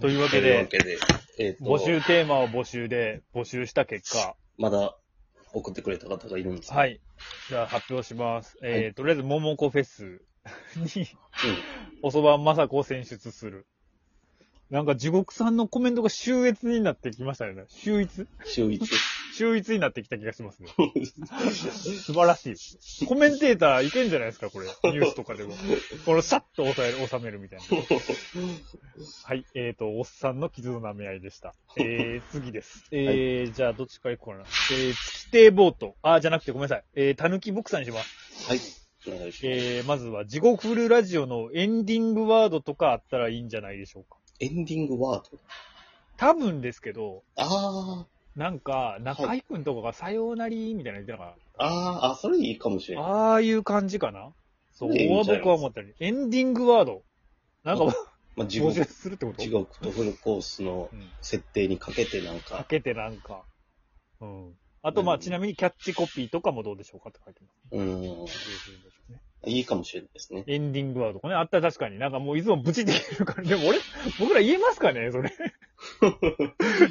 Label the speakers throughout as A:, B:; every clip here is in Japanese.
A: というわけ
B: というわ
A: で、
B: けで、えっ、
A: 募
B: と、
A: 集テーマを募集で募集した結果、
B: まだ送ってくれた方がいるんですね
A: はい。じゃあ発表します。えーとりあえず、ももこフェスに、おそばんまさこを選出する。なんか、地獄さんのコメントが秀逸になってきましたよね。秀逸
B: 週一。
A: 秀逸になってきた気がしますね。素晴らしい。コメンテーターいけんじゃないですか、こ れ。ニュースとかでも。このシャッと抑える、収めるみたいな。はい。えっ、と、おっさんの傷の舐め合いでした。えー、 次です。えー、じゃあ、どっちから行こうかな。えー、月亭ボート。あー、じゃなくてごめんなさい。えー、たぬきボクサーにします。
B: はい。お願いします。
A: えー、まずは、地獄フルラジオのエンディングワードとかあったらいいんじゃないでしょうか。
B: エンディングワード。
A: 多分ですけど、
B: あ
A: なんか、中居くんとかがさようなりみたいなの言ってなかった
B: あ、ああ、あ、それいいかもしれん。
A: ああいう感じかなそう、
B: いいん
A: 僕
B: じゃない
A: は思ったより。エンディングワード。なんか、
B: まあ、地
A: 募集
B: 獄、
A: するってこと
B: 地獄とフルコースの
A: うん。
B: 設定にかけてなん
A: か
B: か、
A: けてなんか。うん。あと、ま
B: う
A: あ、
B: ん
A: ちなみにキャッチコピーとかもどうでしょうかって書いてます。
B: うーん、
A: どうするんでしょうね
B: いいかもしれないですね。
A: エンディングワードかね。あったら確かに。なんかもういつもブチって言うから。でも俺、僕ら言えますかね それ。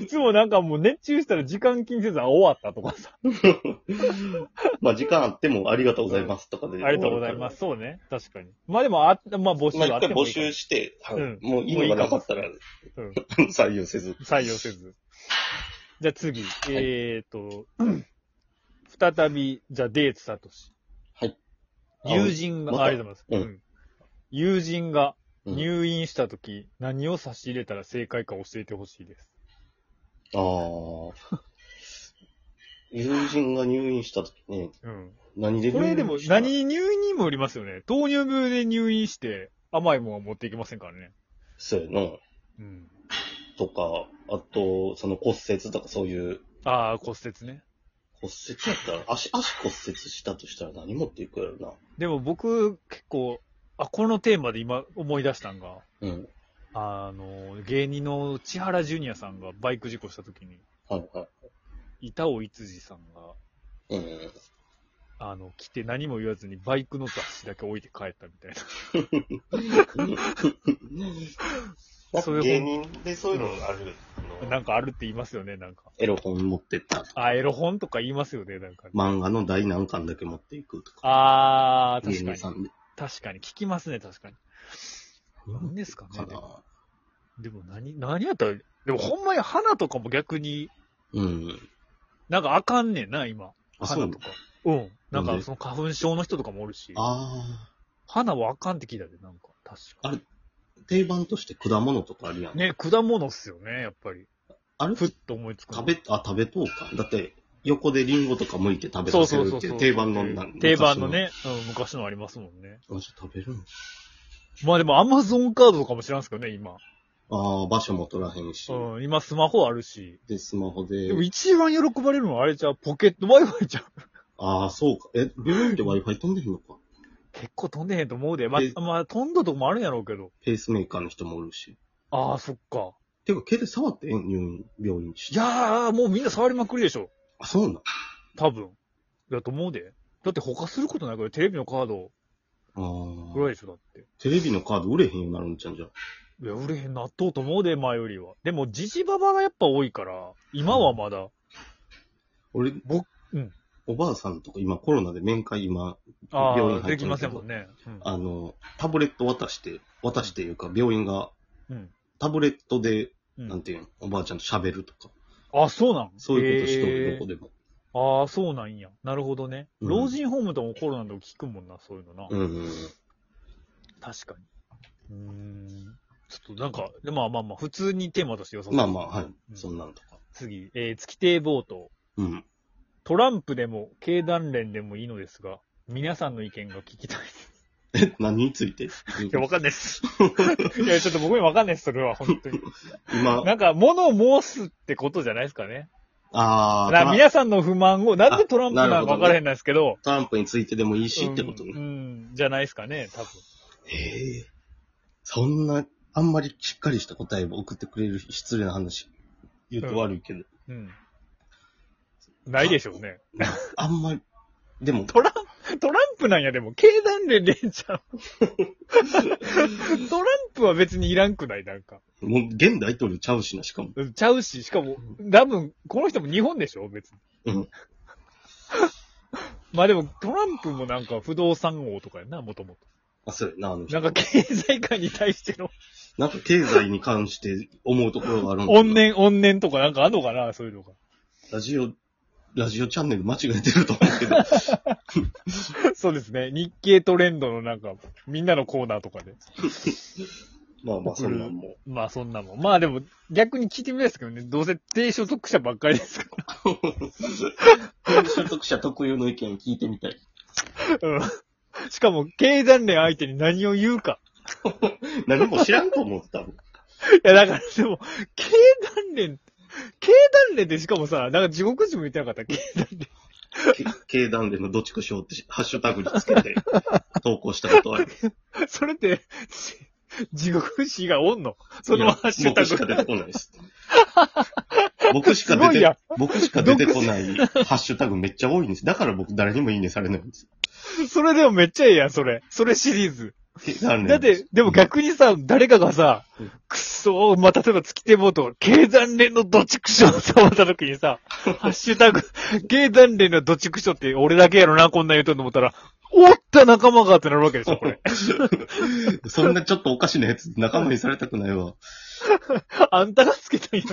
A: いつもなんかもう熱中したら時間気にせず、あ、終わったとかさ。
B: まあ、時間あってもありがとうございますとかで。
A: ありがとうございます。。そうね。確かに。まあでも、あ、まあ募集
B: まあ、
A: はあ
B: 一
A: って
B: 回
A: も
B: 募
A: いいかな
B: 集して、はい
A: うん
B: もういいのがなかったら、
A: うん。
B: 採用せず。
A: 採用せず。じゃあ次、えーと、再び、じゃあデーツサトシ。
B: はい。
A: 友人
B: ま
A: が、
B: た
A: ありがとうございます。
B: う
A: 友人が
B: うん
A: 入院したとき、何を差し入れたら正解か教えてほしいです。
B: あ あ。友人が入院した時ね、
A: うん。
B: 何で
A: こ
B: 入
A: れ
B: 院
A: でも、
B: した
A: 何、入院にもよりますよね。糖尿病で入院して、甘いもんは持っていけませんからね。
B: そうやな。
A: うん。
B: とか、あと、その骨折とかそういう、
A: ああ、骨折ね。
B: 骨折やったら、足、足骨折したとしたら何持っていくやろ
A: でも僕、結構、あ、このテーマで今思い出したんが、
B: な。うん。
A: あの、芸人の千原ジュニアさんがバイク事故した時に、
B: はいは
A: 板尾逸司さんが、
B: い。うん。
A: あの、来て何も言わずにバイクの雑誌だけ置いて帰ったみたいな。
B: なん
A: そういう
B: か芸人でそういうのがあるの。
A: なん かあるって言いますよね、なんか。
B: エロ本持ってった。
A: あ、エロ本とか言いますよね、なんか。
B: 漫画の第何巻だけ持っていくとか。
A: あー、
B: 芸
A: 確
B: 人
A: か
B: さ
A: に。
B: んで。
A: 確かに。聞きますね、確かに。何ですかね
B: か。な。
A: でもでも何、何やったら、でもほんまに花とかも逆に、
B: うん。
A: なんかあかんねんな、今。
B: あ、そ
A: 花
B: うなん
A: と
B: だ
A: か。うん。なん
B: なん
A: か
B: で
A: その花粉症の人とかもおるし、
B: あ
A: 花はあかんって聞いたで、なんか。確か。
B: あ。あれ、定番として果物とかあるやん。
A: ね、果物っすよね、やっぱり。
B: あれ
A: ふっと思いつくの。
B: 食べ、あ、食べとうか。だって、横でリンゴとか剥いて食べ
A: そう
B: させ
A: そう
B: る
A: そう
B: ってい
A: そうう。
B: 定番のなん
A: 定番の。ね、うん、昔のありますもんね。
B: 昔のあ、じゃあ食べるの
A: まあでもアマゾンカードとかも知らんすけどね、今。
B: ああ、場所も取らへんし。
A: うん、今スマホあるし。
B: で、スマホで
A: でも。一番喜ばれるのはあれじゃうポケット Wi-Fi じゃう
B: ああ、そうか。え、病院で Wi-Fi 飛んでへんのか。
A: 結構飛んでへんと思うで。ま
B: え
A: あ、まあ、飛んだとこもあるんやろうけど。
B: ペースメーカーの人もおるし。
A: ああ、そっか。
B: てか、携帯触ってええん入院、病院し
A: いやー、もうみんな触りまくりでしょ。
B: あ、そうなん。
A: 多分。だと思うで。だって他することないから、テレビのカードぐら
B: ああ。
A: いでしょ、だって。
B: テレビのカード売れへんようになるんちゃうんじゃん。
A: いや、売れへんなっとうと思うで、前よりは。でも、ジジババがやっぱ多いから、今はまだ。
B: 俺、
A: 僕うん
B: おばあさんとか今コロナで面会今、
A: あ
B: 病院入っ
A: あ、
B: てる
A: できませんもんね。うん
B: あの、タブレット渡して、渡していうか、病院が
A: うん。
B: タブレットで、
A: うん
B: なんていうの、おばあちゃんと喋るとか、
A: あ、そうなん
B: そういうことしとる、
A: へー
B: どこでも。
A: ああ、そうなんや。なるほどね。
B: うん
A: 老人ホームともコロナでも聞くもんな、そういうのな。
B: うんうんうん。
A: 確かに。うーん。ちょっとなんか、でまあまあまあ、普通にテーマとして良さそう。
B: まあまあ、はい。
A: うん
B: そんなんとか。
A: 次、えー、月亭ボート。
B: うん。
A: トランプでも、経団連でもいいのですが、皆さんの意見が聞きたいです。
B: 何につ いて
A: いや、わかんないっ す。いや、ちょっと僕にわかんないっす、それは、本当に。
B: 今、
A: なんか、物を申すってことじゃないですかね。
B: あ
A: な
B: ー
A: 皆さんの不満を、なんでトランプなのか分からへんなんですけど、
B: トランプについてでもいいしってこと
A: うん、
B: ね。
A: うんじゃないですかね、多分。
B: へえ。そんな、あんまりしっかりした答えを送ってくれる失礼な話。言うと悪いけど。
A: うん。ないでしょうね。
B: あんまり、でも、
A: トラントランプなんや、でも。経団連連ちゃん。 トランプは別にいらんくないなんか。
B: もう、現大統領ちゃうしな、しかも。
A: うんちゃうし、しかも、多分、この人も日本でしょ別に。
B: うん。
A: まあでも、トランプもなんか不動産王とかやな、もとも
B: あ、そうやな、あの
A: と。
B: 人
A: なんか経済界に対しての
B: なんか経済に関して思うところがあるんだけど
A: 怨念、怨念とかなんかあんのかな、そういうのが。
B: ラジオ、ラジオチャンネル間違えてると思うけ ど。
A: そうですね。日経トレンドのなんか、みんなのコーナーとかで。
B: まあまあ、そんなんも。
A: まあそんなもん。まあでも、逆に聞いてみたいですけどね。どうせ低所得者ばっかりですか
B: 所得者特有の意見聞いてみたい。
A: ら。うん。しかも、経団連相手に何を言うか。
B: 何も知らんと思う、多分。
A: いや、だからでも、経団連、経団連ってしかもさ、なんか地獄人も言ってなかったっけ
B: け経団連のどちこしょうってハッシュタグにつけて投稿したことある。
A: それって、地獄師がおんの そのハッシュタ
B: いや僕しか
A: グ。すご
B: 出てこないです。僕しか出
A: いや
B: て、僕しか出てこないハッシュタグめっちゃ多いんです。だから僕誰にもいいねされないんです。
A: それでもめっちゃええやん、それ。それシリーズ。
B: 経団連。
A: だって、でも 逆にさ、誰かがさ
B: うん、
A: くそー、まあ、例えば月手ボート、経団連のどちくしょを触った時に さ、ハッシュタグ、経団連のどちくしょって俺だけやろな、こんなん言うとんと思ったら、おった仲間がってなるわけでしょ、こ れ。
B: そんなちょっとおかしなやつ仲間にされたくないわ。
A: あんたがつけたんや。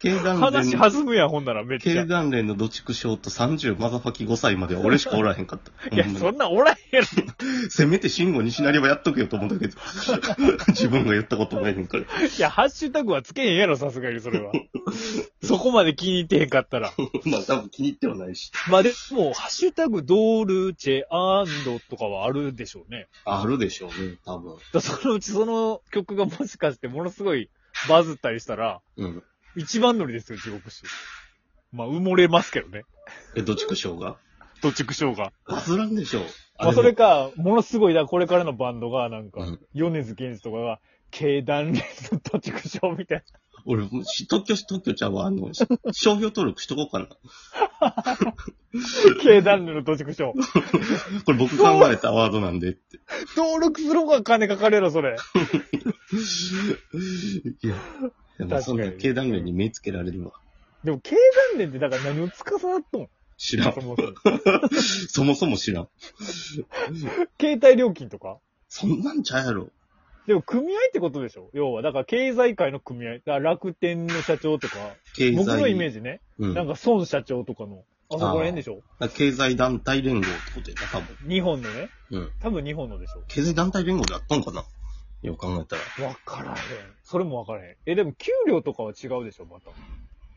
B: 経団連。
A: 話弾むやん、ほんなら、めっち
B: 経
A: ゃ。
B: 団連の土畜賞と30マザファキ5歳までは俺しかおらへんかった。
A: いや
B: ほん、まに
A: そんなんおらへんやろ。
B: せめて慎吾にしなりはやっとけよと思ったけど、 自分が言ったことないねんから。
A: いや、ハッシュタグはつけへんやろ、さすがにそれ は。そこまで気に入ってへんかったら。
B: まあ多分気に入ってはないし。
A: まあでも、ハッシュタグドルチェアンドとかはあるでしょうね。
B: あるでしょうね、多分。
A: だそのうちその曲がもしかしてものすごいバズったりしたら、
B: うん。
A: 一番乗りですよ、地獄師。まあ、埋もれますけどね。
B: え、土畜賞が
A: どっちくしょうが。
B: バズらんでしょう。
A: まあ、
B: でも
A: それか、ものすごい、だからこれからのバンドが、なんか、
B: うん
A: 米津玄師とかが、経団連のどっちくしょうみたいな。
B: 俺、し特許し、特許ちゃんは、あの、し商標登録しとこうかな。
A: 経団連のどっちくしょう。
B: これ僕考えたワードなんでって。
A: 登録する方が金かかるやろ、そ れ。
B: いや、でもそんな
A: 確かに
B: 経団連に目つけられるわ。
A: でも、経団連ってだから何を司っとん
B: 知らん
A: そ。もそも。
B: そもそも知らん。
A: 携帯料金とか
B: そんなんちゃうやろ。
A: でも、組合ってことでしょ要は、だから経済界の組合。だから楽天の社長とか、
B: 経済。
A: 僕のイメー
B: ジ。
A: ジね。
B: うん。
A: なんか、孫社長とかの、あそこら辺でしょ
B: 経済団体連合ってことやな、多分。
A: 日本のね。
B: うん。
A: 多分日本のでし
B: 経済団体連合であったんかなよく考えたら。
A: ょわからへん。それもわからへん。え、でも、給料とかは違うでしょまた。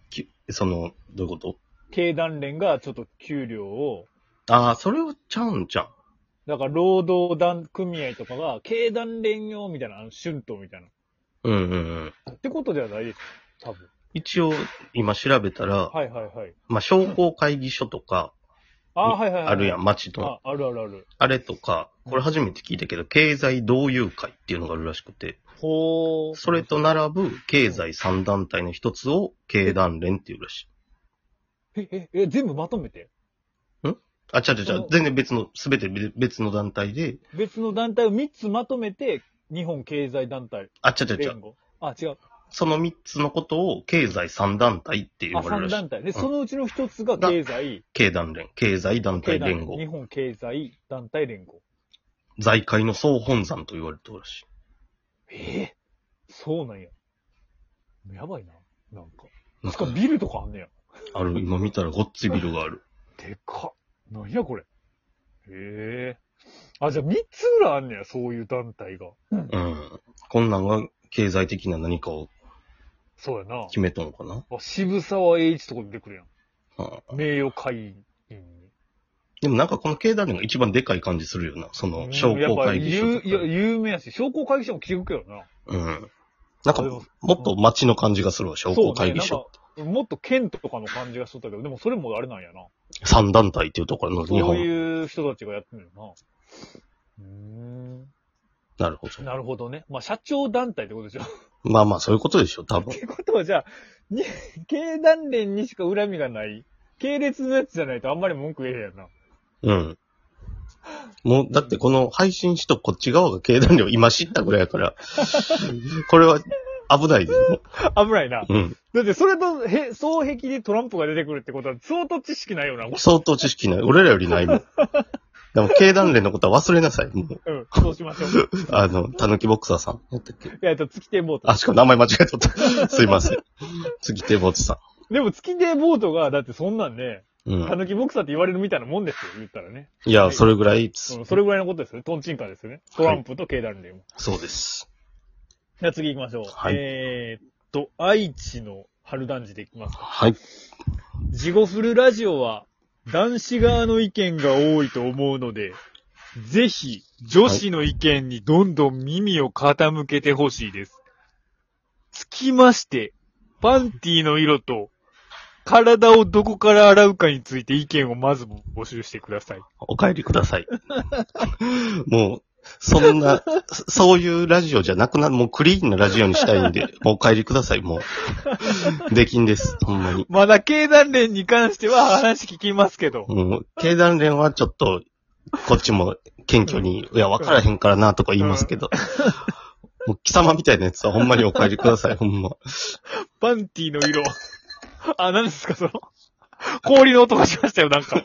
B: きその、どういうこと
A: 経団連がちょっと給料を、
B: ああ、それはちゃうんちゃう
A: だから、労働団組合とかが、経団連用みたいな、あの、春闘みたいな。
B: うんうんうん。
A: ってことではないでしょ多分。
B: 一応、今調べたら、
A: はいはいはい。
B: まあ、商工会議所とか、
A: あ、はいはいはい。
B: あるやん、町の。
A: あ、あるあるある。
B: あれとか、これ初めて聞いたけど、経済同友会っていうのがあるらしくて、
A: ほー。
B: それと並ぶ経済三団体の一つを経団連っていうらしい。
A: え、え、え、全部まとめて。
B: あ、ちゃうちゃうちゃう
A: その
B: 全然別の、すべて別の団体で、
A: 別の団体を3つまとめて、日本経済団体
B: あ、ちゃうちゃうちゃう
A: 連合。あ、違う。
B: その三つのことを経済三団体って
A: あ、
B: 呼ばれる
A: 3
B: らしい。
A: 団体。で、そのうちの1つが経済、
B: 経団連、経済団
A: 経
B: 体
A: 団
B: 連合
A: 日、本経済団体連合。
B: 財界の総本山と言われてるらしい。
A: えーそうなんや。やばいな。なんか。
B: なん
A: しか
B: か
A: も、ビルとかあんねや。
B: ある、今見たらごっついビルがある。
A: でかっ。なんやこれ。へえ。あ、じゃあ3つぐらいあんねや、そういう団体が。
B: うん。こんなんが経済的な何かを
A: そうやな。
B: 決めとんのかな、
A: あ渋沢栄一とか出てくるやん。
B: うん、
A: 名誉会員に。
B: でもなんかこの経団連が一番でかい感じするよな。その、商工会議所
A: やっぱ有い
B: とか。
A: や有名やし、商工会議所も聞くけどな。
B: うん。なんか、
A: でも
B: もっと街の感じがするわ、商工会議
A: そうねな
B: 所。
A: んか、もっと県とかの感じがしとったけど、でもそれもあれなんやな。
B: 三団体っていうところの日
A: そう
B: 本。
A: いう人たちがやってるよな。うー
B: なるほ
A: ん。
B: ど。
A: なるほどね。まあ、社長団体ってことでしょ。 っ
B: まあまあ、そういうことでしょ、多分。
A: てことは、じゃあ、に経団連にしか恨みがない。系列のやつじゃないとあんまり文句言えへんやんな。
B: うん。もう、だってこの配信しとこっち側が経団量今知ったぐらいや から、これは危ないで。
A: 危ないな。
B: うん。
A: だってそれと、へ、双璧でトランプが出てくるってことは相当知識ないよな。
B: 相当知識ない。俺らよりないもん。でも経団連のことは忘れなさい。もう、
A: うん、そうしましょ う。
B: あの、たぬきボクサーさん。やったっけ
A: えっと、月亭ボート。
B: あ、しかも名前間違えとった。 すいません。次、手ボツさ
A: でも月亭ボートが、だってそんなんね、
B: ん。う
A: た
B: ん。
A: ぬきボクサーって言われるみたいなもんですよ、言ったらね。
B: いや、それぐらいです
A: うん、それぐらいのことですよね。トンチンカンですよね。トランプと経団連も。
B: そうです。
A: じゃあ次行きましょう。
B: はい
A: えーっと、愛知の春団地で行きますか。
B: はい。
A: ジゴフルラジオは男子側の意見が多いと思うので、ぜひ女子の意見にどんどん耳を傾けてほしいです。つきまして、パンティの色と体をどこから洗うかについて意見をまず募集してください。
B: お帰りください。 もう、そんな、 そそういうラジオじゃなくな、もうクリーンなラジオにしたいん で、もうお帰りください、もう。できんです、ほんまに。
A: まだ経団連に関しては話聞きますけど。
B: もう、経団連はちょっと、こっちも謙虚に、いや、わからへんからな、とか言いますけど。もう貴様みたいなやつはほんまにお帰りください、ほんま。
A: パンティの色。あ、何ですか、その。氷の音がしましたよ、なんか。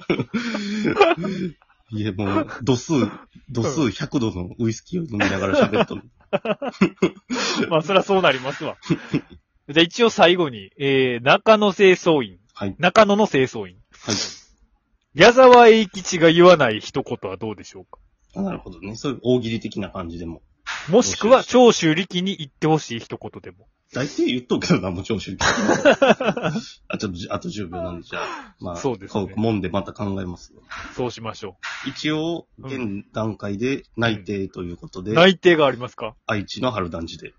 B: いや、もう、度数、度数100度のウイスキーを飲みながら喋っとる。
A: まあ、そりゃそうなりますわ。じゃあ一応最後に、えー、中野清掃員。
B: はい。
A: 中野の清掃員。
B: はい。
A: 矢沢永吉が言わない一言はどうでしょうか
B: あなるほどね。そういう大喜利的な感じでも。
A: もしくは、長州力に言ってほしい一言でも。
B: 大体言っとくけどな、もう 長州力。あ、ちょっとじ、あと10秒なんで、じゃあ、まあ、
A: そうですね
B: こもんでまた考えます。
A: そうしましょ
B: 一応、現段階で内定ということで、
A: う。内定がありますか
B: 愛知の春団地で。